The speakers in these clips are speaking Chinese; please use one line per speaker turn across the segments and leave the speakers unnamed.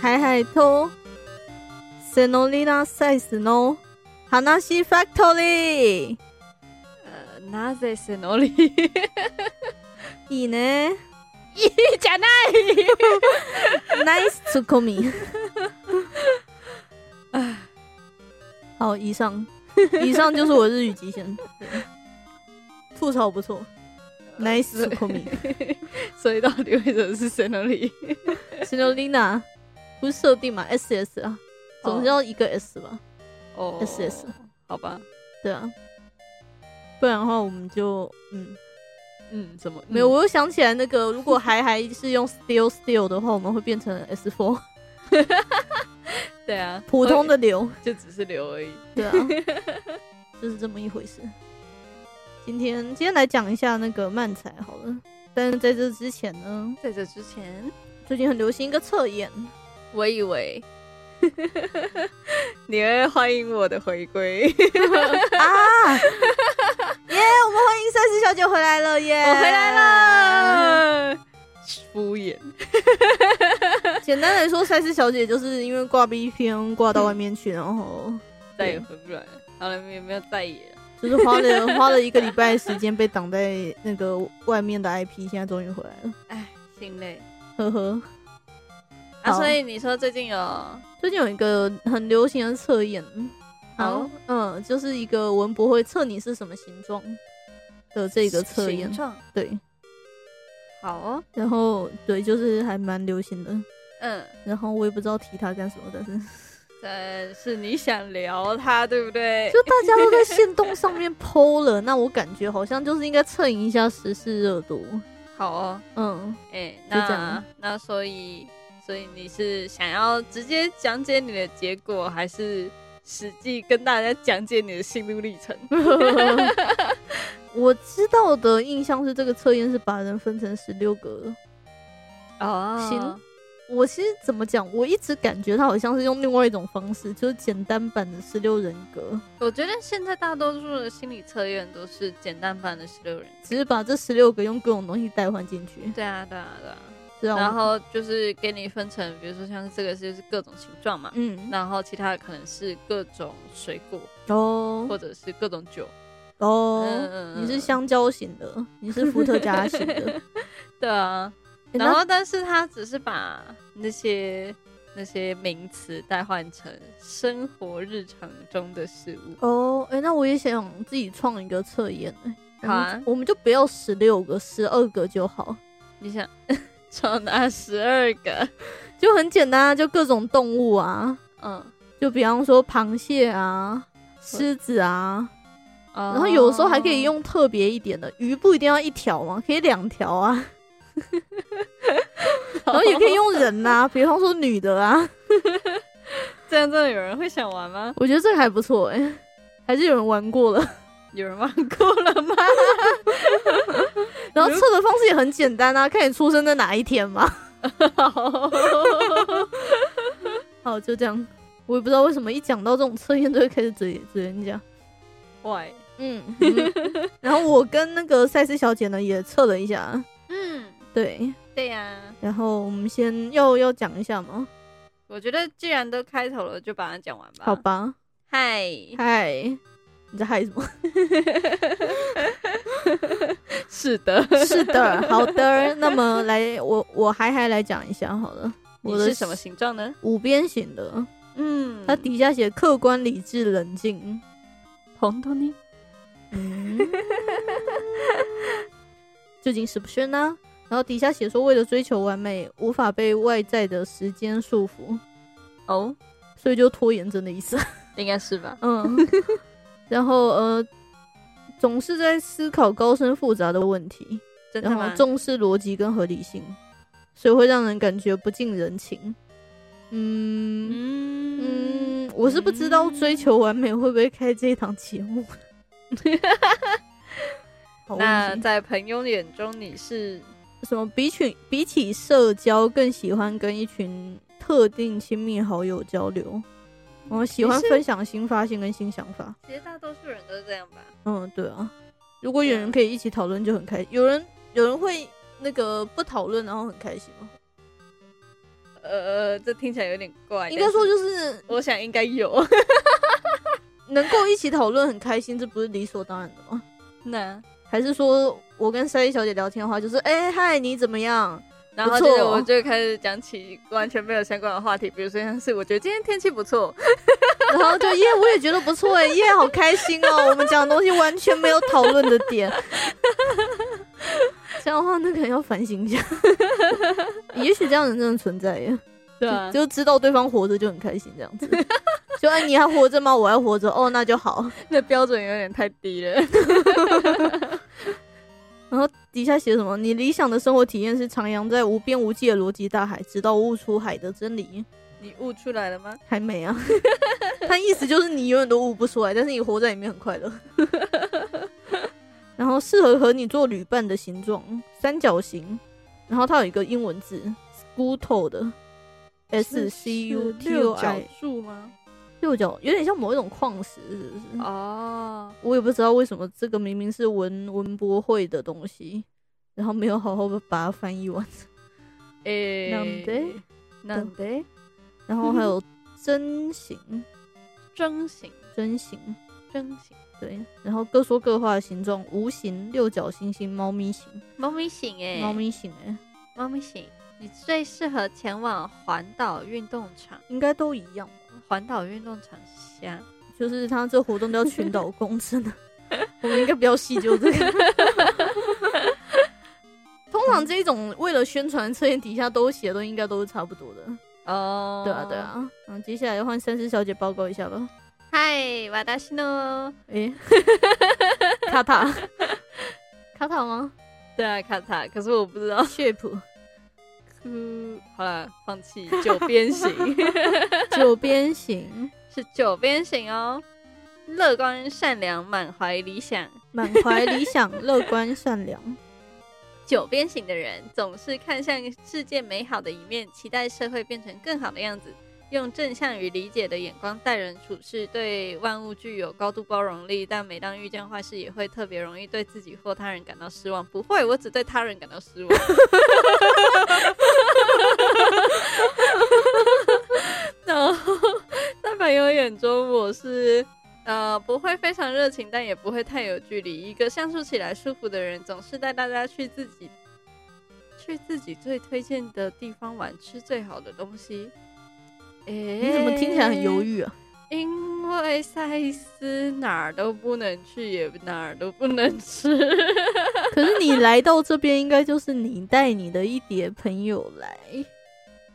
海海兔，Senolina size no，哈纳西 factory，
呃，なぜそのり？
いいね
いいじゃない。
，nice to c o m i 好，以上，以上就是我日语极限，对吐槽不错，nice to c o m i
所以到底为什么是そのり？
Senolina 不是设定嘛，SS 啊，总是要一个 S 吧？
哦
SS
好吧，
对啊，不然的话我们就嗯。
嗯，怎么
没有，？我又想起来那个，如果还还是用 still still 的话，我们会变成 S four
嗯对啊，
普通的流，
就只是流而已。
对啊， 就是这么一回事。今天今天来讲一下那个漫才好了，但是在这之前呢，
在这之前，
最近很流行一个测验，
我以为 你会欢迎我的回归，
啊！ 耶、我们欢迎赛斯小姐回来了耶！
哦我回
了。
来了。敷衍，
简单来说，赛斯小姐就是因为挂 B 片挂到外面去，然后
再也回不来了。好了，没有没有再也了。
就是花了花了一个礼拜的时间被挡在那个外面的 IP，现在终于回来了，
哎，心累
呵呵。
啊！
好
所以你说最近有
最近有一个很流行的测验，
好，
嗯，就是一个文博会测你是什么形状的这个测验
形，状
对，
好哦，
然后对，就是还蛮流行的。
嗯，
然后我也不知道提它干什么，但是
但是你想聊它，对不对？
就大家都在线动上面 PO 了，那我感觉好像就是应该蹭一下时事热度，
好哦，
嗯，
哎，
就这样啊
那那所以所以你是想要直接讲解你的结果，还是实际跟大家讲解你的心路历程？
我知道的印象是，这个测验是把人分成十六个。
哦
行，我其实怎么讲，我一直感觉它好像是用另外一种方式，就是简单版的十六人格，
我觉得现在大多数的心理测验都是简单版的十六人。
只是把这十六个用各种东西代换进去，
对啊，对啊，对啊。
这样。
然，后就是给你分成，比如说像这个就是各种形状嘛，
嗯，
然后其他的可能是各种水果
哦
或者是各种酒。嗯
哦，
嗯嗯
你是香蕉型的，你是伏特加型 的，欸
对啊，然后但是他只是把那些那些名词代换成生活日常中的事物。
那哦，哎、那我也想自己创一个测验、欸，我
好
们
啊
我们就不要十六个，十二个就好，
你想找哪十二个？
就很简单啊，就各种动物啊，
嗯，
就比方说螃蟹啊、狮子啊，
然
然后有时候还可以。用特别一点的，鱼不一定要一条嘛，可以两条 啊，
哦
然后也 可以用人呐、啊，比方说女的啊，
这样，真的有人会想玩吗？
我觉得这个还不错哎、 还是有人玩过了，
有人玩过了 吗？
然后测的方式也很简单啊，看你出生在哪一天嘛。 好，就这样，我也不知道为什么一讲到这种测验就会开始嘴嘴人家。
喂，
嗯， 然后我跟那个赛斯小姐呢也测了一下，
嗯，
对，
对呀、
然后我们先要要讲一下嘛，
我觉得既然都开头了，就把它讲完吧。
好，吧？
嗨，
嗨，你在嗨什么？
是的，
是的，好的。那么来，我我嗨嗨来讲一下好了。
你
我的
是什么形状呢？
五边形的，
嗯，
它底下写客观、理智、冷静。
红头呢？
嗯，究竟是不是呢？然后底下写说，为了追求完美，无法被外在的时间束缚，
哦，
所以就拖延症的意 思。
应该是吧。
嗯， 然后呃，总是在思考高深复杂的问题，
真的
然后
吗？
重视逻辑跟合理性，所以会让人感觉不近人情。嗯
嗯
嗯，我是不知道追求完美会不会开这一档节 目。好
那
问题
在朋友眼中你是
什么比起比起社交，更喜欢跟一群特定亲密好友交流。我喜欢
嗯其实
分享新发现跟新想法。
其实大多数人都是这样吧？
嗯，对啊，如果有人可以一起讨论就很开心。有人有人会那个不讨论然后很开心吗？
呃，这听起来有点怪。
应该说就是
我想应该有。
能够一起讨论很开心，这不是理所当然的吗？
那
还是说我跟塞伊小姐聊天的话，就是哎嗨你怎么样？
然后
不错
接着我就开始讲起完全没有相关的话题，比如说像是我觉得今天天气不错，
然后就耶我也觉得不错哎，耶好开心哦！ 我们讲的东西完全没有讨论的点， 这样的话那个人要反省一下。 也许这样的人真的存在耶，
对啊 就
就知道对方活着就很开心这样子。 就哎你还活着吗？我还活着哦，那就好。
那标准有点太低了。
然后底下写什么？你理想的生活体验是徜徉在无边无际的逻辑大海，直到悟出海的真理。
你悟出来了吗？
还没 啊，他意思就是你永远都悟不出来，但是你活在里面很快乐。 然后适合和你做旅伴的形状，三角形。然后它有一个英文字 “scootle” 的 S C U T O
六角
I
柱吗？
六角，有点像某一种矿石，是不
嗯
是？
哦，
我也不知道为什么这个明明是文文博会的东西，然后没有好好的把它翻译完。
诶，
なんで
なんで
然后还有真形，
真形，
真形，
真形，
对。然后各说各话的形状，无形、六角星星、猫咪形、
猫咪型哎，
猫咪形、欸，
猫咪型，你最适合前往环岛运动场。
应该都一样吧。
环岛运动场下，
就是他这活动叫群 岛公真的，我们应该不要细究这个。通常这一种为了宣传测验底下都写的都应该都是差不多的，
哦
对啊对。啊。然后接下来换三思小姐报告一下吧。
嗨，瓦达西诺。
诶、卡塔，卡塔吗
对啊，卡塔，可是我不知道。
？shape
嗯，好了，放弃九边形，
九边形，
是九边形哦。乐观、善良、满怀理想，
满怀理想，乐观善良。
九边形的人总是看向世界美好的一面，期待社会变成更好的样子，用正向与理解的眼光待人处事，对万物具有高度包容力。但每当遇见坏事，也会特别容易对自己或他人感到失望。不会，我只对他人感到失望。 然后，在朋友眼中，我是呃，不会非常热情，但也不会太有距离。一个相处起来舒服的人，总是带大家去自己去自己最推荐的地方玩，吃最好的东西。哎、
你怎么听起来很犹？豫啊？
因为赛斯哪儿都不能去，也哪儿都不能吃。
可是你来到这边，应该就是你带你的一叠朋友来。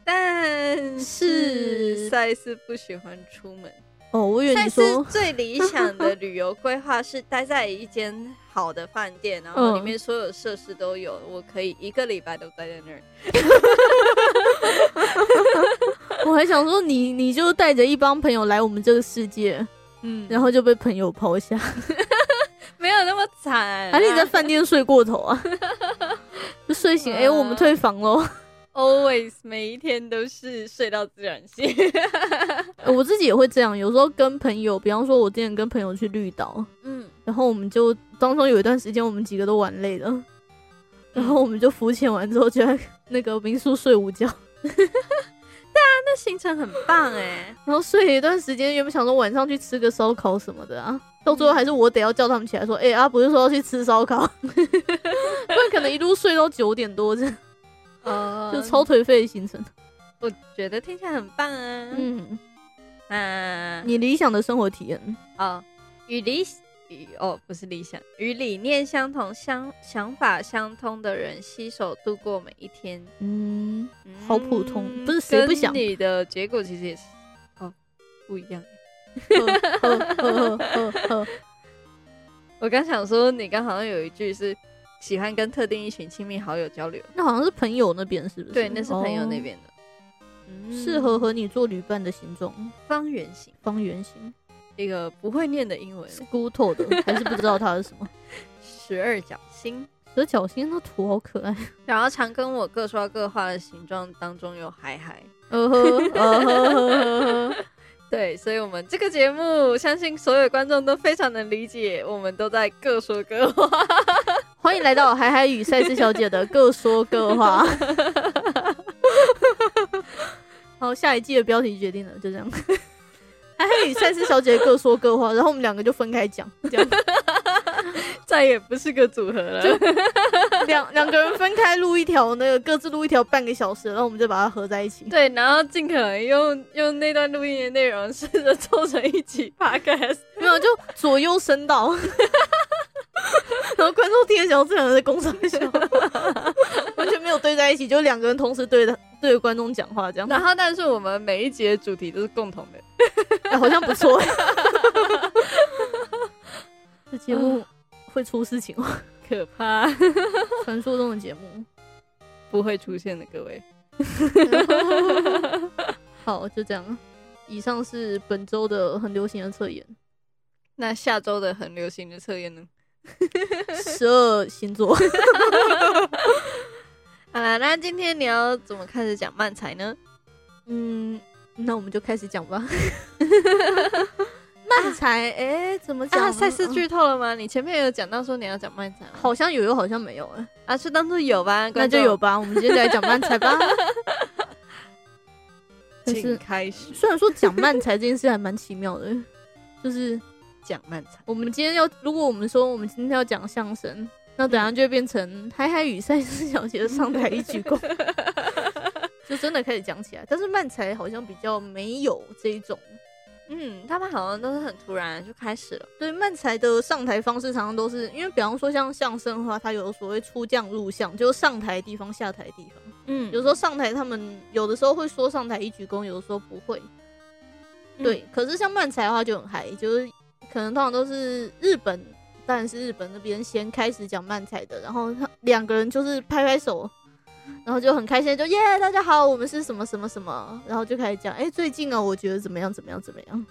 但
是
是赛斯不喜欢出门。
哦，我以为
赛
你
斯
说
最理想的旅游规划是待在一间好的饭店，然后里面所有设施都有，我可以一个礼拜都待在那儿。
我还想说你，你就带着一帮朋友来我们这个世界，
嗯
然后就被朋友抛下，
没有那么惨、啊，
还是你在饭店睡过头啊？ 就睡醒，哎、我们退房喽、
always 每一天都是睡到自然醒。
呃我自己也会这样，有时候跟朋友，比方说，我之前跟朋友去绿岛，
嗯，
然后我们就当中有一段时间，我们几个都玩累了，然后我们就浮潜完之后，就在那个民宿睡午觉，
那行程很棒哎、
然后睡了一段时间，原本想说晚上去吃个烧烤什么的啊，到最后还是我得要叫他们起来说，哎、啊，不是说要去吃烧烤，不然可能一路睡到九点多这样。
哦
就超，颓废的行程。
我觉得听起来很棒啊。嗯，
嗯，
啊，
你理想的生活体验，
哦，与理与哦不是理想，与理念相同、相想法相通的人携手度过每一天。
嗯，
嗯
好普通不是谁不想
跟你的结果其实也是哦不一样。
呵呵呵呵呵
我刚想说，你刚好像有一句是喜欢跟特定一群亲密好友交流，
那好像是朋友那边是不是？
对，那是朋友那边的，
哦，
嗯
适合和你做旅伴的形状，
方圆形，
方圆形
一个不会念的英文，
，scooter 的，还是不知道它是什么。
十二角星。
蛇角星的图好可爱，
然后常跟我各说各话的形状当中有海海，
呃呵呃呵呵呵呵，
对，所以我们这个节目相信所有观众都非常能理解，我们都在各说各话。
欢迎来到海海与赛斯小姐的各说各话。好，下一季的标题决定了，就这样。 还还与赛斯小姐各说各话，然后我们两个就分开讲，这样
再也不是个组合了。
两两个人分开录一条，那个各自录一条半个小时，然后我们再把它合在一起。
对，然后尽可能用用那段录音的内容，试着凑成一集 podcast。
没有，就左右声道。 然后观众听的时候，这两个人在公上笑， 完全没有对在一起，就两个人同时对着对着观众讲话，这样、
然后，但是我们每一集的主题都是共同的。
哎好像不错。 这节目会出事情哦，
可怕，
传说中的节目。
不会出现的，各位。
好，就这样。以上是本周的很流行的测 验，
那下周的很流行的测验呢？
十二星座。
好了，那今天你要怎么开始讲漫才呢？
嗯，那我们就开始讲 吧。漫才，哎、怎么讲呢？
啊，赛事
嗯
剧透了吗？你前面有讲到说你要讲漫才吗？
好像有，又好像没有、哎，
啊，就当做有吧，
那
观
就
众
有，吧。我们今天来讲漫才 吧。但
请
是，
开始
虽然说讲漫才这件事还蛮奇妙的，就是
讲漫才。
我们今天要，如果我们说我们今天要讲相声，那等下就会变成海海与赛斯小姐的上台一鞠躬，就真的开始讲起来。但是漫才好像比较没有这一种。
嗯，他们好像都是很突然就开始了。
对漫才的上台方式，常常都是因为，比方说像相声的话，它有所谓出将入相，就是上台的地方、下台的地方。
嗯
有时候上台，他们有的时候会说上台一鞠躬，有的时候不会。
嗯
对，可是像漫才的话就很嗨，就是可能通常都是日本，当然是日本那边先开始讲漫才的，然后他两个人就是拍拍手，然后就很开心，就耶，大家好，我们是什么什么什么，然后就开始讲，哎、最近啊，我觉得怎么样怎么样怎么样。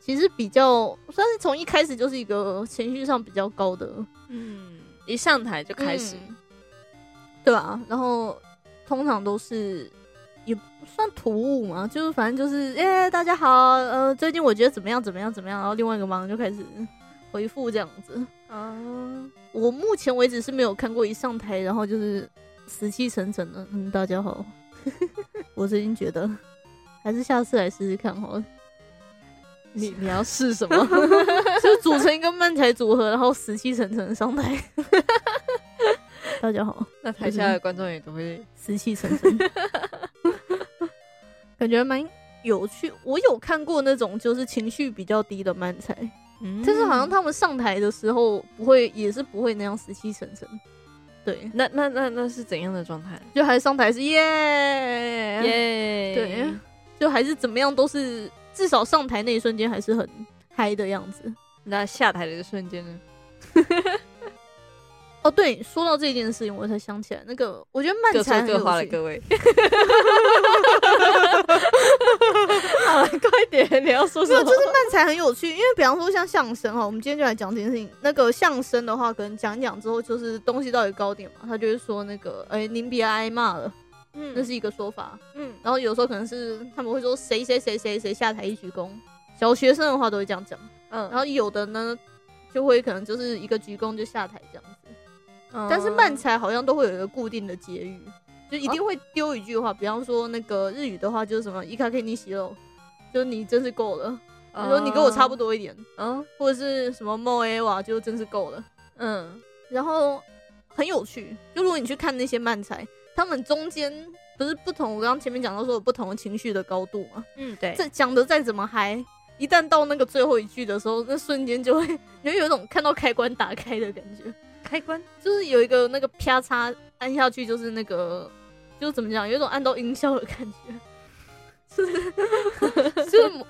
其实比较算是从一开始就是一个情绪上比较高的
嗯，一上台就开始，
嗯对啊，然后通常都是也不算突兀嘛，就是反正就是，哎、大家好，呃，最近我觉得怎么样怎么样怎么样，然后另外一个忙就开始回复这样子。
哦，
我目前为止是没有看过一上台，然后就是死气沉沉的，嗯，大家好，我最近觉得还是下次来试试看好了。
你你要试什么？
就组成一个漫才组合，然后死气沉沉地上台。 大家好，
那台下
嗯
的观众也都会，
死气沉沉， 感觉蛮有趣。我有看过那种就是情绪比较低的漫才，
嗯
但是好像他们上台的时候不会，也是不会那样死气沉沉。对，
那那那那是怎样的状态？
就还上台是耶，
耶
对，就还是怎么样都是，至少上台那一瞬间还是很嗨的样子。
那下台的瞬间呢？
哦，对，说到这件事情，我才想起来，那个我觉得漫
各
才
说
很
各话
有
的
趣。
各位。好了，快点，你要说
没
什
有，
么？
就是漫才很有趣，因为比方说像相声哈，我们今天就来讲这件事情。那个相声的话，可能讲一讲之后，就是东西到底高点嘛，他就会说那个，哎、您别挨骂了，
嗯
那是一个说法。
嗯
然后有时候可能是他们会说谁谁谁谁谁下台一鞠躬，小学生的话都会这样讲。
嗯
然后有的呢，就会可能就是一个鞠躬就下台这样子。
嗯哦
但是漫才好像都会有一个固定的结语，就一定
哦
会丢一句话，比方说那个日语的话就是什么伊卡 K 尼喜肉，就是你真是够了。你说你跟我差不
多，
多一点，
嗯
或者是什么莫 A 瓦，就真是够了。
嗯
然后很有趣，就如果你去看那些漫才，他们中间不是不同，我刚刚前面讲到说有不同的情绪的高度嘛，
嗯，对，
这讲的再怎么嗨，一旦到那个最后一句的时候，那瞬间就会 你会有一种看到开关打开的感觉，
开关，
就是有一个那个啪嚓按下去，就是那个就是怎么讲，有一种按到音效的感觉， 就是就是某，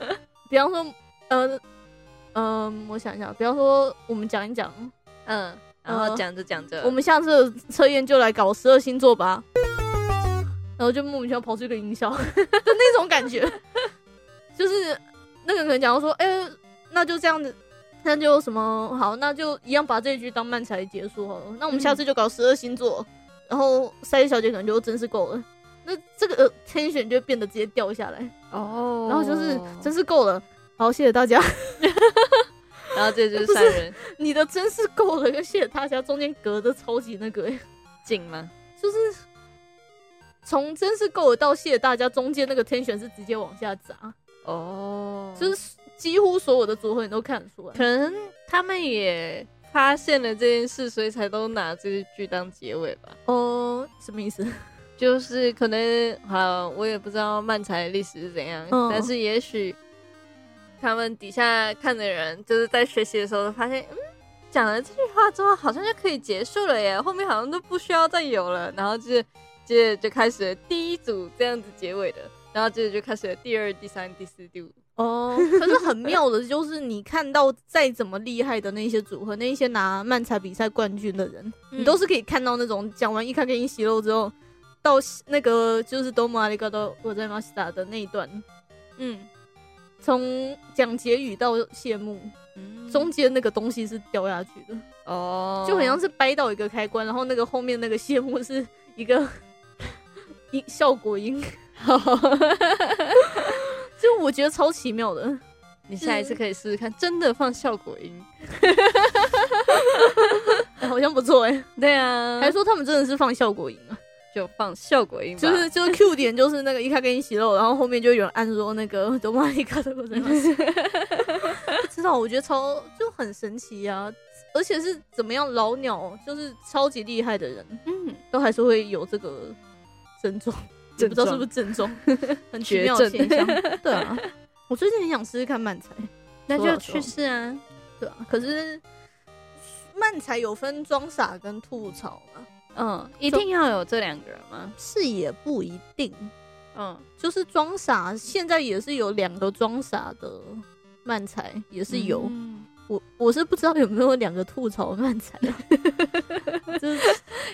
比方说，呃，呃，我想一下，比方说我们讲一讲，
嗯，然后
呃
讲着讲着，
我们下次的测验就来搞十二星座吧，然后就莫名其妙跑出一个音 效的那种感觉， 就是那个人讲到说，哎、那就这样子。那就什么好，那就一样把这一局当漫才结束好了。那我们下次就搞十二星座，然后赛丽小姐可能就真是够了。那这个呃天选就变得直接掉下来，
哦，
然后就是真，是够了。好，谢谢大家。
然后这就是三人
你的真是够了，跟谢谢大家中间隔的超级那个、欸
进吗？
就是从真是够得到谢大家中间那个 tension 是直接往下砸，
哦，
就是是几乎所有的组合你都看得出来。
可能他们也发现了这件事，所以才都拿这个剧当结尾吧。
哦，什么意思？
就是可能好，我也不知道漫才的历史是怎样，
嗯
但是也许他们底下看的人，就是在学习的时候发现，嗯，讲了这句话之后，好像就可以结束了耶，后面好像都不需要再有了，然后就是接着就开始了第一组这样子结尾的，然后接着就开始了第二、第三、第四、第五，
哦， 可是很妙的就是，你看到再怎么厉害的那些组合，那一些拿漫才比赛冠军的人，
嗯
你都是可以看到那种讲完一卡跟一席肉之后，到那个就是多么阿里嘎多我在马西达的那一段，
嗯
从讲结语到谢幕，
嗯
中间那个东西是掉下去的，
哦，
就很像是掰到一个开关，然后那个后面那个谢幕是一个 音效果音，就我觉得超奇妙的。
你下
嗯
一次可以试试看，真的放效果音，
哎好像不错哎、
对啊，
还说他们真的是放效果音啊，
就放效果音吧，
就是就是 Q 点就是那个一开跟一起露，然后后面就有人按说那个 多玛丽卡的不知道，我觉得超就很神奇啊，而且是怎么样老鸟就是超级厉害的人
嗯。
都还是会有这个症状，也不知道是不是症状，很奇妙的现
绝
象。对啊，我最近很想试试看漫才，
那
说
就
了说
去试啊。
对啊，可是漫才有分装傻跟吐槽嘛，
嗯，一定要有这两个人吗？
是也不一定。
嗯，
就是装傻，现在也是有两个装傻的漫才，也是有。
嗯
我我是不知道有没有两个吐槽的漫才，就是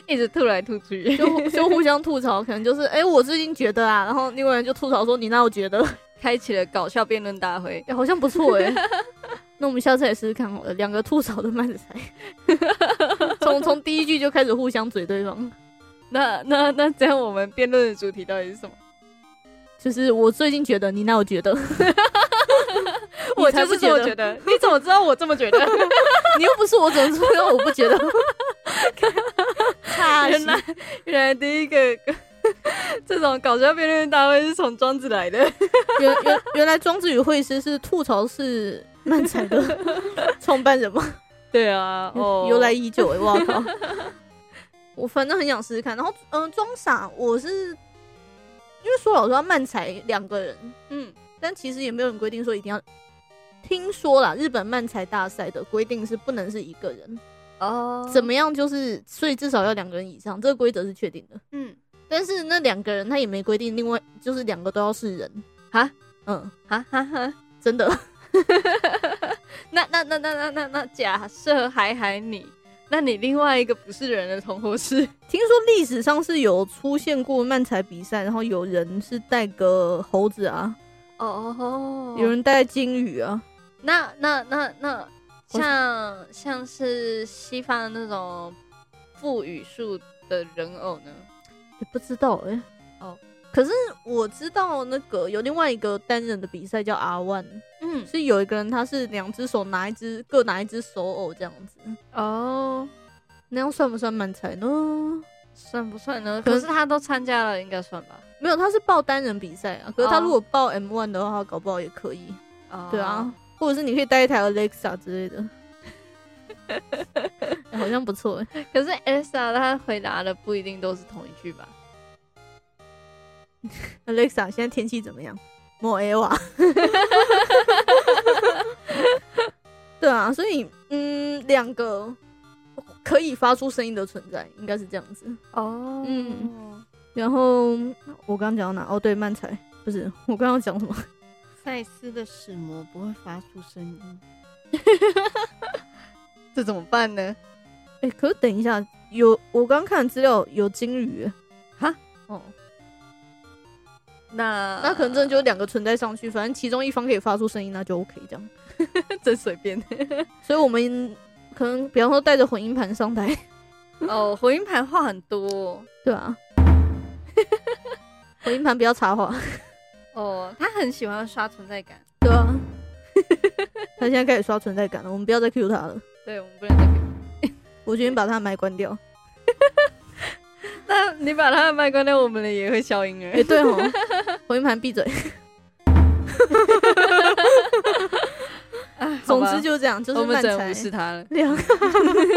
一直吐来吐去。
就就互相吐槽，可能就是哎、诶我最近觉得啊，然后另外人就吐槽说你那我觉得、
开启了搞笑辩论大会。
诶好 像不错哎、那我们下次来试试看好了，两个吐槽的漫才， 从从第一句就开始互相嘴对方。
那那那这样，我们辩论的主题到底是什么？
就是我最近觉得你那我觉得，
我
你才
就
不
是这么
得
觉得。 你怎么知道我这么觉得？
你又不是我，怎么知道我不觉得？ 差
原来原来第一个 这种搞笑辩论大会是从庄子来的。
原原原来庄子与惠施是吐槽式 漫才的创办人吗？
对啊，哦，
由来已久哎、欸，我靠！我反正很想试试看。然后，嗯、装傻我是因为说老实话，漫才两个人，
嗯
但其实也没有人规定说一定要。听说啦，日本漫才大赛的规定是不能是一个人，
哦
怎么样就是，所以至少要两个人以上，这个规则是确定的。
嗯
但是那两个人他也没规定，另外就是两个都要是人
啊，
嗯，
哈哈哈。
真的。
那那那那那那那，假设海海你，那你另外一个不是人的同伙是？
听说历史上是有出现过漫才比赛，然后有人是带个猴子啊，
哦
有人带金鱼啊，
那那那那，
我
像像是西方的那种不语术的人偶呢？
也不知道哎、
哦，
可是我知道那个有另外一个单人的比赛叫 R One，
嗯，
是有一个人他是两只手拿一只各拿一只手偶这样子，
哦，
那样算不算漫才呢？
算不算呢？
可
可是他都参加了，应该算吧。
没有，他是报单人比赛啊，可是他
哦
如果报 M One 的话，搞不好也可以。
哦
对 啊，，或者是你可以带一台 Alexa 之类的， 哎好像不错哎、
可是 Elsa 她回答的不一定都是同一句吧？
Alexa，现在天气怎么样？啊莫埃瓦。 对啊，所以嗯，两个可以发出声音的存在，应该是这样子。
哦
嗯，然后我刚刚讲到哪？哦，对，漫才不是我刚刚讲什么？
赛斯的使魔不会发出声音，
这怎么办呢？
哎、可是等一下，有我刚看资料有金鱼欸，
哦，那
那可能真的就两个存在上去，反正其中一方可以发出声音，那就 OK 这样。
真随便。
所以我们可能比方说带着混音盘上台，
哦，回音盘话很多哦
对啊，混音盘不要插话。
哦，他很喜欢刷存在感。
对啊，他现在开始刷存在感了，我们不要再 Q 他了。
对我们不能再给
我决定把他的麦关掉。
那你把他的麦关掉，我们的也会消音
哎、
哎。
对哦，回音盘闭嘴。
啊
总
好
之
吧
就这样，就是
我们
慢
只能无
才
视他了。
两个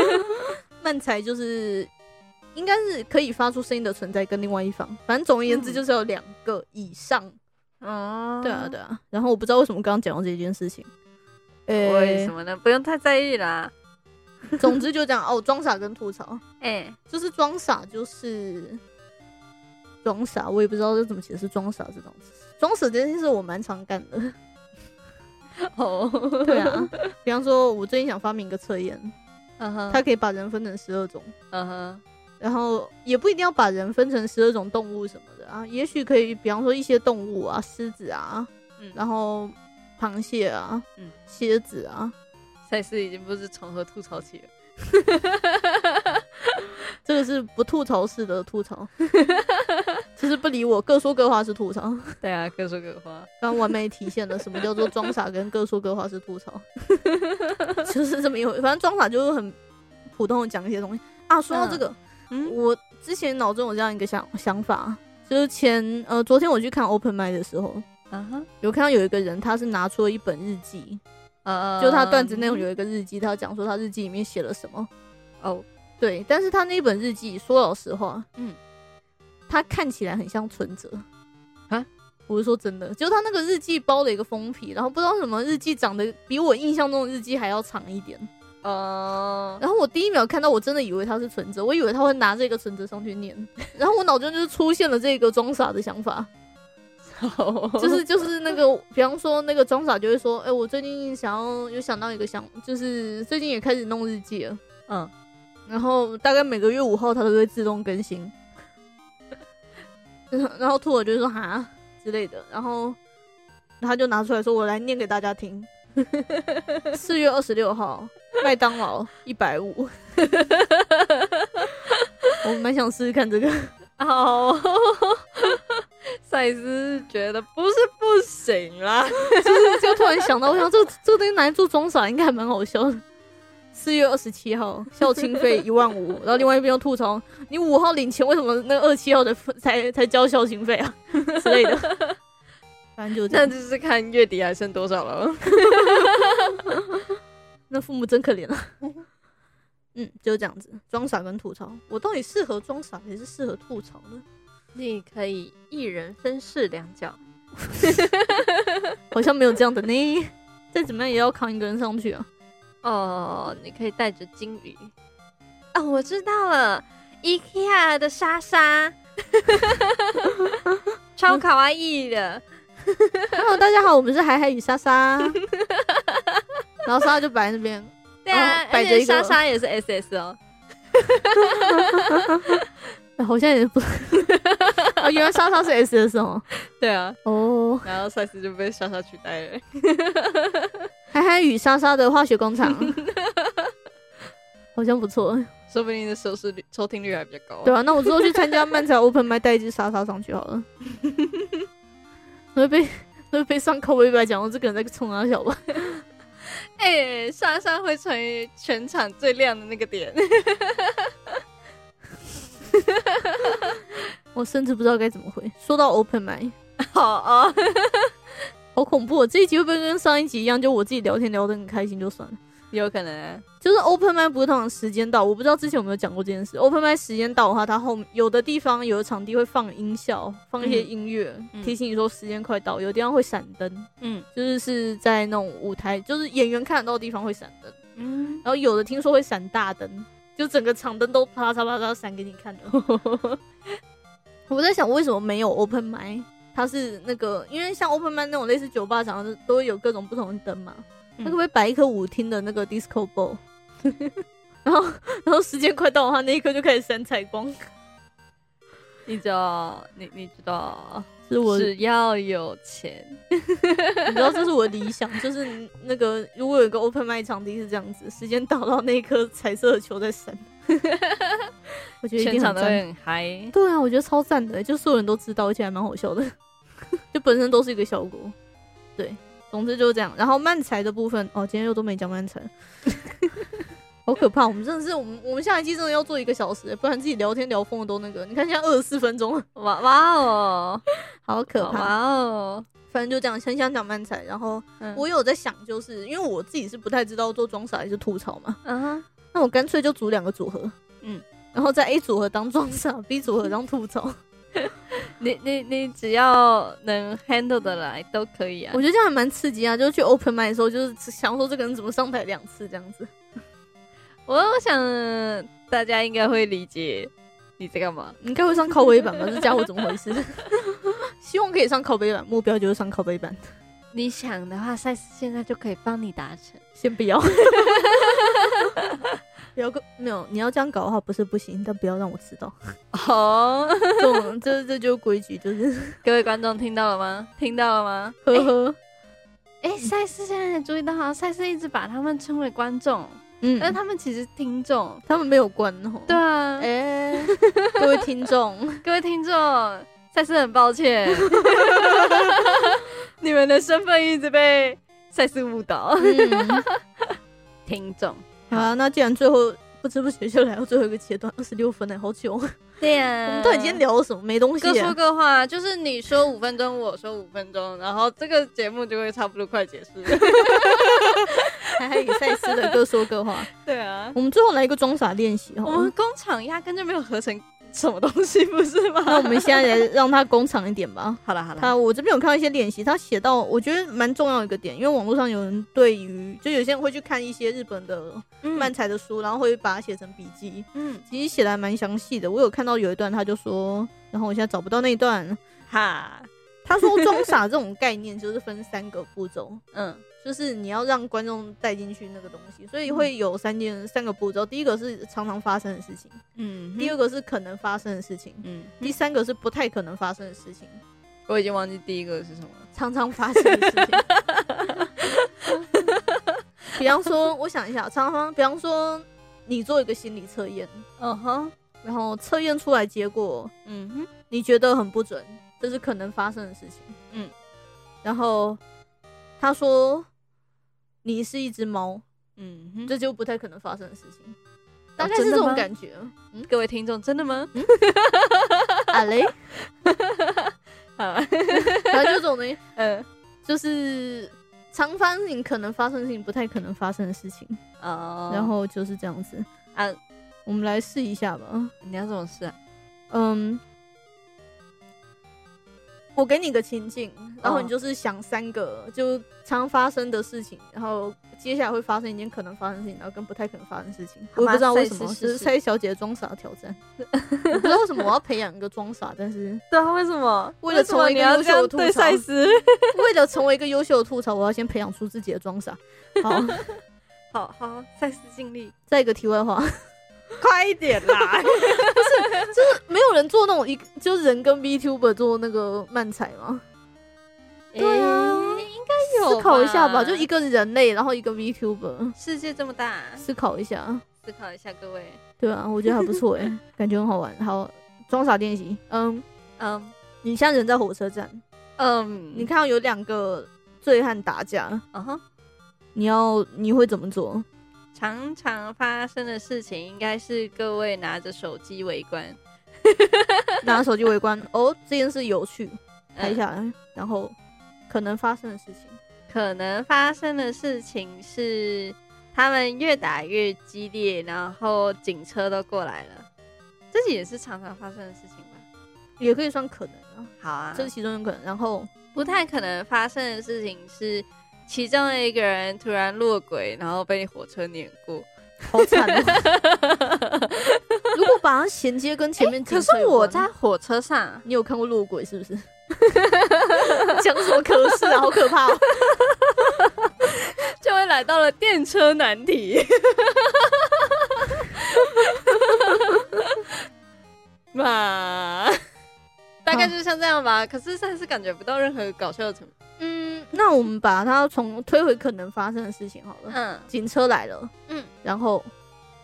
慢才就是应该是可以发出声音的存在，跟另外一方，反正总而言之
嗯
就是有两个以上。
哦
对啊，对啊。然后我不知道为什么刚刚讲到这件事情，呃、
为什么呢？不用太在意啦。
总之就这样哦，装傻跟吐槽，
哎、
就是装傻就是装傻，我也不知道要怎么解释装傻这种事。装傻这件事我蛮常干的，
哦，
对 啊。比方说，我最近想发明一个测验，
嗯哼，
它可以把人分成十二种，
嗯哼，
然后也不一定要把人分成十二种动物什么的啊，也许可以，比方说一些动物啊，狮子啊，
嗯
然后螃蟹啊，
嗯
蝎子啊，
赛斯已经不知从何吐槽起了。
这个是不吐槽式的吐 槽，就是不理我，各说各话是吐槽。
对啊，各说各话。
刚完美体现了什么叫做装傻跟各说各话是吐 槽，就是这么一回。反正装傻就是很普通的讲一些东西啊。说到这个，
嗯
我之前脑中有这样一个想想法，就是前呃昨天我去看 open m i 的时候，
啊哈，
有看到有一个人他是拿出了一本日记，
呃，
就他段子内容有一个日记，他讲说他日记里面写了什么。
哦，
对，但是他那一本日记，说老实话，
嗯，
他看起来很像存折
啊。
我是说真的，就他那个日记包了一个封皮，然后不知道什么日记长得比我印象中的日记还要长一点。
哦，
然后我第一秒看到，我真的以为他是存折，我以为他会拿这个存折上去念，然后我脑中就是出现了这个装傻的想 法。就
就是
就是那个，比方说那个装傻就会说，哎、我最近想要有想到一个想，就是最近也开始弄日记了，
嗯，
然后大概每个月五号它都会自动更新， 然后然后兔儿就说哈之类的，然后他就拿出来说，我来念给大家听，四月二十六号，麦当劳一百五， 我蛮想试试看这个，
哦， 赛斯觉得不是不行啦。
就是就突然想到，我想这个这个东西拿来做装傻应该还蛮好笑的。四月二十七号，校庆费一万五，然后另外一边又吐槽你五号领钱，为什么那二七号的才才交校庆费啊 之类的，反正就这
那
样。
就是看月底还剩多少了。
那父母真可怜啊。嗯，就这样子，装傻跟吐槽，我到底适合装傻还是适合吐槽呢？
你可以一人分饰两角。
好像没有这样的呢，再怎么样也要扛一个人上去啊。
哦，你可以带着金鱼。哦，我知道了，IKEA 的莎莎，超卡哇伊的。
Hello，大家好，我们是海海与莎莎，然后莎莎就摆在那边，
对啊
哦，
而
摆着
且
一个
莎莎也是 SS 哦。
哎好像也不，啊，原来莎莎是 S S 哦。
对啊，
哦，
然后赛斯就被莎莎取代了。
海海与莎莎的化学工厂，好像不错。
说不定你的收视率、收听率还比较高、
对啊，那我之后去参加漫才 Open 麦，带一只莎莎上去好了。会被会被上口碑白讲，我这个人在冲啊他笑吧？
哎、莎莎会成为全场最亮的那个点。
我甚至不知道该怎么回。说到 Open 麦，
好哦，
好恐怖、哦！这一集会不会跟上一集一样，就我自己聊天聊得很开心就算了？
有可能、啊。
就是 open m i 不是通常时间到，我不知道之前有没有讲过这件事。open m i 时间到的话，它后面有的地方有的场地会放音效，放一些音乐、
嗯
提醒你说时间快到；有的地方会闪灯，
嗯
就是是在那种舞台，就是演员看得到的地方会闪灯。
嗯，
然后有的听说会闪大灯，就整个场灯都啪嚓啪嚓闪给你看的。 我在想为什么没有 open m i 它是那个，因为像 open m i 那种类似酒吧场，都会有各种不同的灯嘛。他
嗯
可不可以摆一颗舞厅的那个 disco ball？然后，然后时间快到的话，那一刻就开始闪彩光。
你知道，你你知道，
是我，
只要有钱，
你知道，这是我的理 想，就是那个如果有一个 open m i 场地是这样子，时间到到那一颗彩色的球在 闪，我觉得一
全
定很
场都
赞
会。很嗨。
对啊，我觉得超赞的，就所有人都知道，而且还蛮好笑的， 就本身都是一个效果。对，总之就是这样。然后漫才的部分，哦，今天又都没讲漫才， 好可怕！我们真的是，我们我们下一季真的要做一个小时，欸不然自己聊天聊疯了都那个。你看现在二十四分钟了，
哇哇哦，
好可怕！
哇哦，
反正就这样，很想讲漫才。然后
嗯
我有在想，就是因为我自己是不太知道做装傻还是吐槽嘛，
嗯哼，
那我干脆就组两个组合，
嗯，
然后在 A 组合当装傻，B 组合当吐槽，
你你你只要能 handle 的来都可以啊
我。觉得这样还蛮刺激啊！就是去 open mic 的时候，就是想说这个人怎么上台两次这样子。
我想大家应该会理解你在干嘛。
你应该会上靠背板吧？这家伙怎么回事？ 希望可以上靠背板，目标就是上靠背板。
你想的话，赛斯现在就可以帮你达成。
先不要， 不要跟没有，你要这样搞的话不是不行，但不要让我知道。
哦、
这种这这就是规矩，就是
各位观众听到了吗？听到了吗？
呵呵，
哎、赛斯现在才注意到，好像赛斯一直把他们称为观众，
嗯，
但
但他
哎他们其实听众。
他们没有关哦。
对，啊，
哎、各位听众，
各位听众，赛斯很抱 歉，你们的身份一直被赛斯误导。
嗯，
听众，
好啊，那既然最后。不知不觉就来到最后一个阶段，二十六分了，好久。
对啊呀、
我们到底今天聊了什么？没东西
各
耶、
说各话，就是你说五分钟，我说五分钟，然后这个节目就会差不多快结束了。
还还有赛斯的各说各话。
对啊，
我们最后来一个装傻练习好
我
了，
们工厂压根就没有合成什么东西，不是吗？
那我们现在来让他工厂一点吧。
好了好了，
他我这边有看到一些练习，他写到我觉得蛮重要的一个点，因为网络上有人对于就有些人会去看一些日本的漫才的书，然后会把它写成笔记，
嗯
其实写的还蛮详细的。我有看到有一段，他就说，然后我现在找不到那一段，
哈
他说装傻这种概念就是分三个步骤。
嗯
就是你要让观众带进去那个东西，所以会有三件三个步骤。第一个是常常发生的事情，
嗯
第二
个
个是可能发生的事情，
嗯，
第三个是不太可能发生的事情。
我已经忘记第一个是什么了。
常常发生的事情。 比方说，我想一下，常常比方说，你做一个心理测验，
嗯哼
然后测验出来结果
嗯哼
你觉得很不准，这是可能发生的事情。
嗯，
然后他说你是一只猫，
嗯哦哼，
这就不太可能发生的事情。大概是这种感觉。
觉。各位听众，真的吗？
啊嘞，
好，
反正就这种东西，
嗯
就是常发生你可能发生的事情，不太可能发生的事情。
哦，
然后就是这样子。
啊，
我们来试一下吧。
你要怎么试啊？
嗯，我给你个情境，然后
哦
你就是想三个就常发生的事情，然后接下来会发生一件可能发生的事情，然后跟不太可能发生的事情。
好
我
吧
也不知道为什么
赛事
是
试试
蔡小姐的装傻挑 战，我不知道为什么我要培养一个装傻，但是
对啊，为什么？
为了成为一个优秀的吐槽
为什么你要这样对赛斯，
为了成为一个优秀的吐槽，我要先培养出自己的装傻。 好，
好好，赛斯尽力，
再一个题外话，
快一点啦！
没有人做那种一就是人跟 VTuber 做那个漫才吗？对啊
诶应该有
思
吧
考一下吧，就一个人类，然后一个 VTuber，
世界这么大，
思考一下。
思考一下各位。
对啊，我觉得还不错 哎、感觉很好玩。好，装傻练习。嗯，
嗯
你现在人在火车站，
嗯，
你看到有两个醉汉打架，
啊哈，
你要你会怎么 做？
常常发生的事情应该是各位拿着手机围观，
拿手机围观，哦，这件事有趣，拍
嗯
下来，然后可能发生的事情。
可能发生的事情是他们越打越激烈，然后警车都过来了，这也是常常发生的事情吧？
也可以算可能啊，
好啊，
这是其中一个可能。然后，
不太可能发生的事情是，其中的一个人突然落轨，然后被火车碾过。
好惨、哦。 如果把它衔接跟前面、
可是我在，火车上，
你有看过路轨是 不是？讲什么可是啊，好可怕、 哦！
就会来到了电车难题。 嘛，大概就是像这样吧。可是但是感觉不到任何搞笑的成分。
嗯，那我们把它从推回可能发生的事情好了。
嗯
警车来了，
嗯，
然后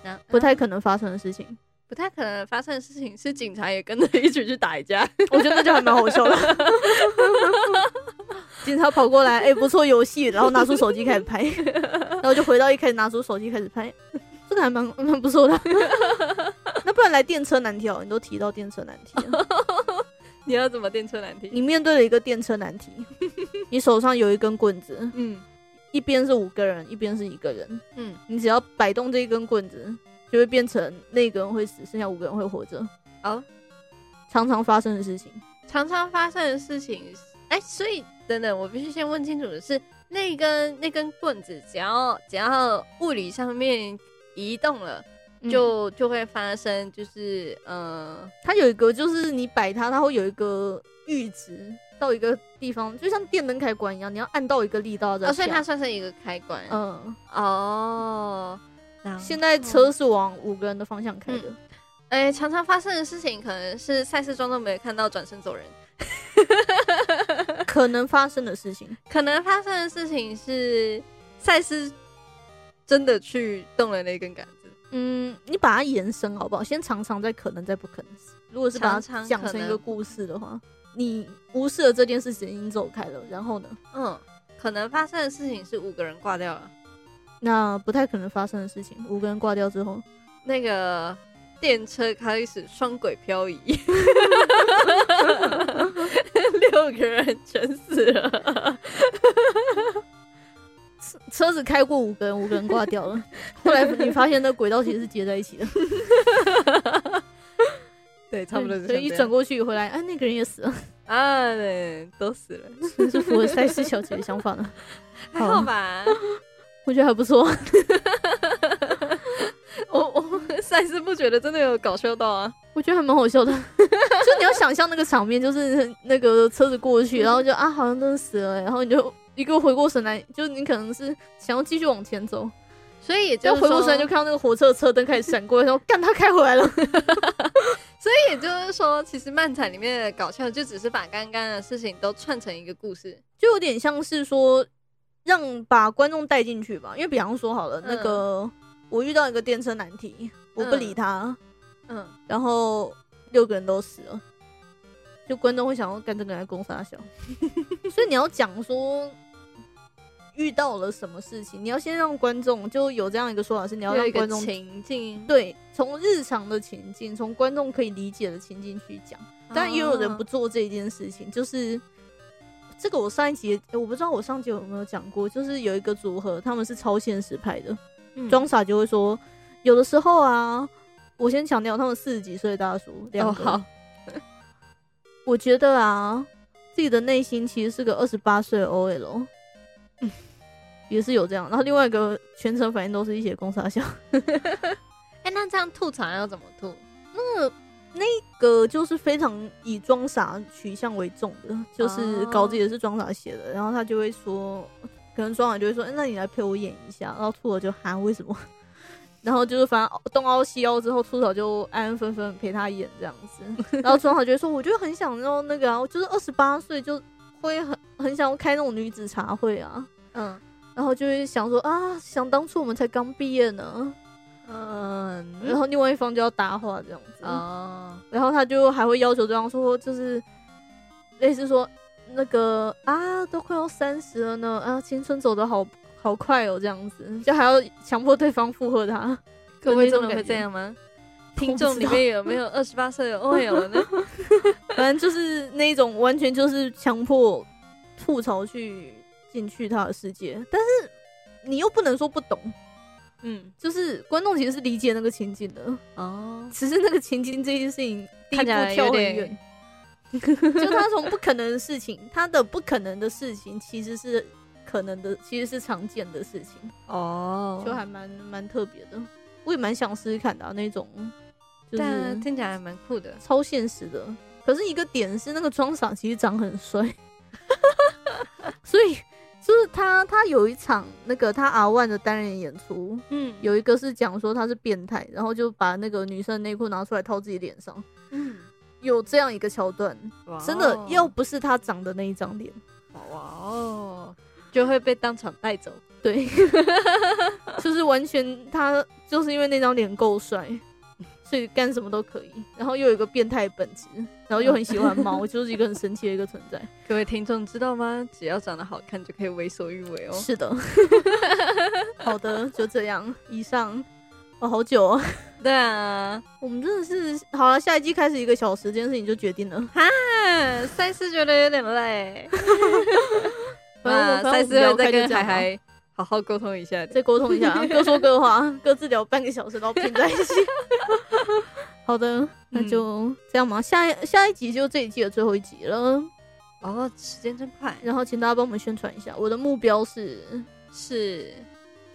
然后嗯
不太可能发生的事情，
不太可能发生的事情是警察也跟着一起去打一架。
我觉得那就还蛮好笑的。警察跑过来，哎、不错游戏，然后拿出手机开始拍，然后就回到一开始拿出手机开始拍，这个还蛮蛮不错的。那不然来电车难题哦，你都提到电车难题了，
你要怎么电车难题？
你面对了一个电车难题，你手上有一根棍子，
嗯
一边是五个人，一边是一个人，
嗯，
你只要摆动这一根棍子，就会变成那个人会死，剩下五个人会活着。
哦，
常常发生的事情。
常常发生的事情是，哎，所以等等，我必须先问清楚的是，那根那根棍子，只要只要物理上面移动了，
就
就就会发生，就是呃，
它有一个，就是你摆它，它会有一个阈值到一个地方，就像电灯开关一样，你要按到一个力道再
哦，所以它
下
算是一个开关，
嗯，
哦。然后
现在车是往五个人的方向开的，
哎、常常发生的事情可能是赛事中都没有看到，转身走人。
可能发生的事情。
可能发生的事情是赛斯真的去动了那根杆子，
嗯，你把它延伸好不好？先常常再可能再不可能。如果是把
常
它
常
讲
可
成一
能
个故事的话，你无视了这件事情，已经走开了。然后呢？
嗯，可能发生的事情是五个人挂掉了，
那不太可能发生的事情，五个人挂掉之后，
那个电车开始双轨漂移， 六个人全死了，
车子开过五个人，五个人挂掉了。后来你发现那轨道其实是接在一起的，
对，是
所以一
这样
转过去回来，哎，那个人也死 了，
啊，对，都死了，
真是符合赛斯小姐的想法呢。
还好 吧？
我觉得还不错，啊
我我赛斯不觉得真的有搞笑到啊，
我觉得还蛮好笑的。 就你要想象那个场面，就是那个车子过 去，然后就啊，好像真的死了、然后你就一个回过神来，就你可能是想要继续往前走，
所以也就
然后
是
回过
说
神来就看到那个火车的车灯开始闪 过，然后干，他开回来了。
所以也就是说，其实漫展里面的搞笑就只是把刚刚的事情都串成一个故事。
就有点像是说让把观众带进去吧。因为比方说好了，
嗯
那个我遇到一个电车难题，我不理他，
嗯，
然后六个人都死了，就观众会想要干这个人来攻 杀小，所以你要讲说。遇到了什么事情，你要先让观众就有这样一个说法，是你要
有
让
一个
观众
情境，
对从日常的情境，从观众可以理解的情境去讲。
啊
但也有人不
哦
做这件事情，就是这个我上一集也我不知道我上集有没有讲过，就是有一个组合他们是超现实派的，
嗯
装傻就会说，有的时候啊，我先强调他们四十几岁的大叔，
哦
两个，
好，
我觉得啊，自己的内心其实是个二十八岁的 OL，、也
嗯
是有这样，然后另外一个全程反应都是一些公傻笑，
哎，那这样吐槽要怎么吐？
一个就是非常以装傻取向为重的， 就是
哦
稿子也是装傻写的，然后他就会说，可能装傻就会说，欸那你来陪我演一下，然后吐了就喊为什么，然后就是反正东凹西凹之后，吐槽就安安分分陪他演这样子， 然后装傻就会说，我就很想要那个啊，我就是二十八岁就会很很想要开那种女子茶会啊，
嗯
然后就会想说啊，想当初我们才刚毕业呢，
嗯，
然后另外一方就要搭话这样子，
哦，
然后他就还会要求对方说，就是类似说那个啊，都快要三十了呢，啊，青春走得好好快哦，这样子，就还要强迫对方附和他。
各位
就那种
真的会
感
这
觉
样吗？
知道
听众里面有没有二十八岁的 OL 呢？
反正就是那一种完全就是强迫吐槽去进去他的世界，但是你又不能说不懂，
嗯，
就是观众其实是理解那个情境的，
哦，
只是那个情境这件事情第一步
看起来
跳
有
很
点
远。 就他从不可能的事情，他的不可能的事情其实是可能的，其实是常见的事情，
哦
就还蛮蛮特别的。我也蛮想试试看的、啊、那种，就是
但听起来还蛮酷的。
超现实的。可是一个点是那个装傻其实长很帅， 所以就是他他有一场那个他 R One 的单人演出，
嗯
有一个是讲说他是变态，然后就把那个女生的内裤拿出来套自己脸上，
嗯，
有这样一个桥段，
哇哦
真的要不是他长的那一张脸。
哇哦，就会被当场带走。
对， 就是完全他就是因为那张脸够帅，所以干什么都可以。然后又有一个变态本质，然后又很喜欢 猫，就是一个很神奇的一个存在。
各位听众知道吗？只要长得好看就可以 为所欲为哦。
是的，好的，就这样。以上哇，好久哦！
对啊，
我们真的是好了，下一季开始一个小时，这件事情就决定了。
嗯，赛斯觉得有点 累。
反正我
那
反正
赛
我
斯
们聊
会
开
再
就
跟
这
海
样吧啊
海好好沟通一下的。
再沟通一 下，各说各话，各自聊半个小时，然后拼在一起。好的，
嗯
那就这样吧。下一下一集就这一季的最后一集了，
哦，时间真快。
然后请大家帮我们宣传一下。我的目标是，
是，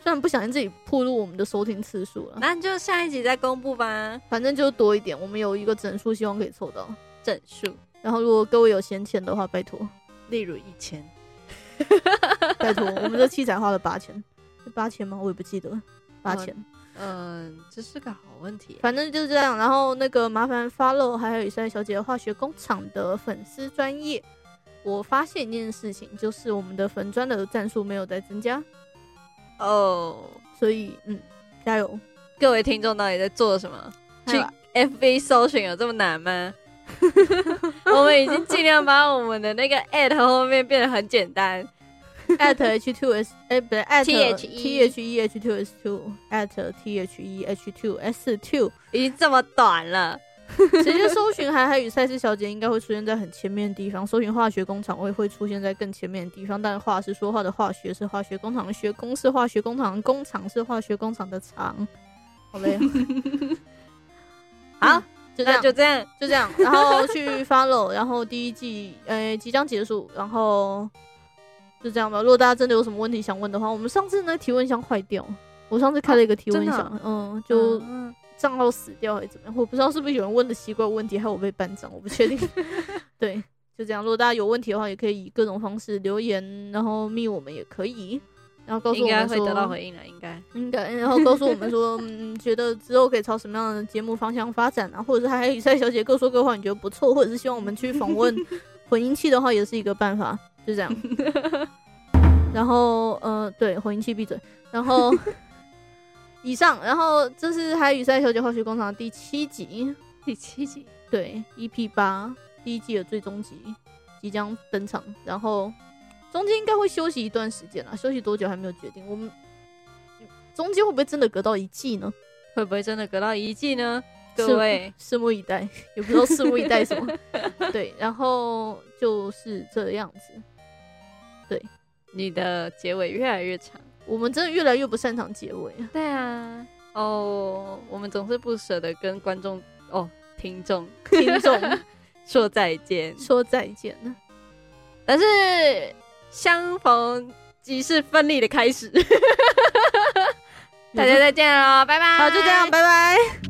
虽然不小心自己暴露我们的收听次数了，
那就下一集再公布吧。
反正就多一点。我们有一个整数，希望可以凑到。
整数，
然后如果各位有闲钱的话，拜托
例如一千。
拜托，我们这器材花了八千，是八千吗？我也不记得了，八千。
嗯，这是个好问题。
反正就是这样。然后那个麻烦 follow 还有雨山小姐的化学工厂的粉丝专业。我发现一件事情，就是我们的粉砖的赞数没有在增加，
哦，
所以嗯，加油！
各位听众到底在做什么？
还
去
有
FB 搜寻有这么难吗？我们已经尽量把我们的那个 at 后面变得很简单。
at h two s 哎、不对 at
THE
t h e h two s two at t h e h two s two，
已经这么短了，
直接搜寻海海与赛斯小姐应该会出现在很前面的地方，搜寻化学工厂我也会出现在更前面的地方。但话是说话的化学是化学工厂的学，工是化学工厂的工厂是化学工厂的厂。好 累、啊，
好，
就这
那
样
就这样，嗯
就这样，然后去 follow，然后第一季呃即将结束，然后就这样吧。如果大家真的有什么问题想问的话，我们上次那提问箱坏掉，我上次开了一个提问箱，
哦真啊
嗯，就
嗯
账号死掉还是怎么样，我不知道是不是有人问的奇怪问题，害我被办账，我不确定。 对，就这样。如果大家有问题的话，也可以以各种方式留言，然后密我们也可以，然后告诉
应
我
该
们
会得到
说
回应了，应 该。
应该，然后告诉我们说，嗯，觉得之后可以朝什么样的节目方向发展啊，或者是还有雨赛小姐各说各话，你觉得不错，或者是希望我们去访 问混音器的话，也是一个办法，就这样。然后，呃，对，混音器闭嘴。然后， 以上，然后这是海与赛小姐化学工厂的第七集，
第七集，
对，EP 八第一季的最终集即将登场，然后中间应该会休息一段时间啦，休息多久还没有决定。我们中间会不会真的隔到一季呢？
会不会真的隔到一季呢？
是
各位，
拭目以待，也不知道拭目以待什 么。对，然后就是这样子，
你的结尾越来越长。
我们真的越来越不擅长结尾 啊。
对啊，哦，我们总是不舍得跟观众哦 听众听众说再见，
说再见了，
但是相逢即是分 离的开始。大家再见喽，拜拜。
好，就这样，拜拜。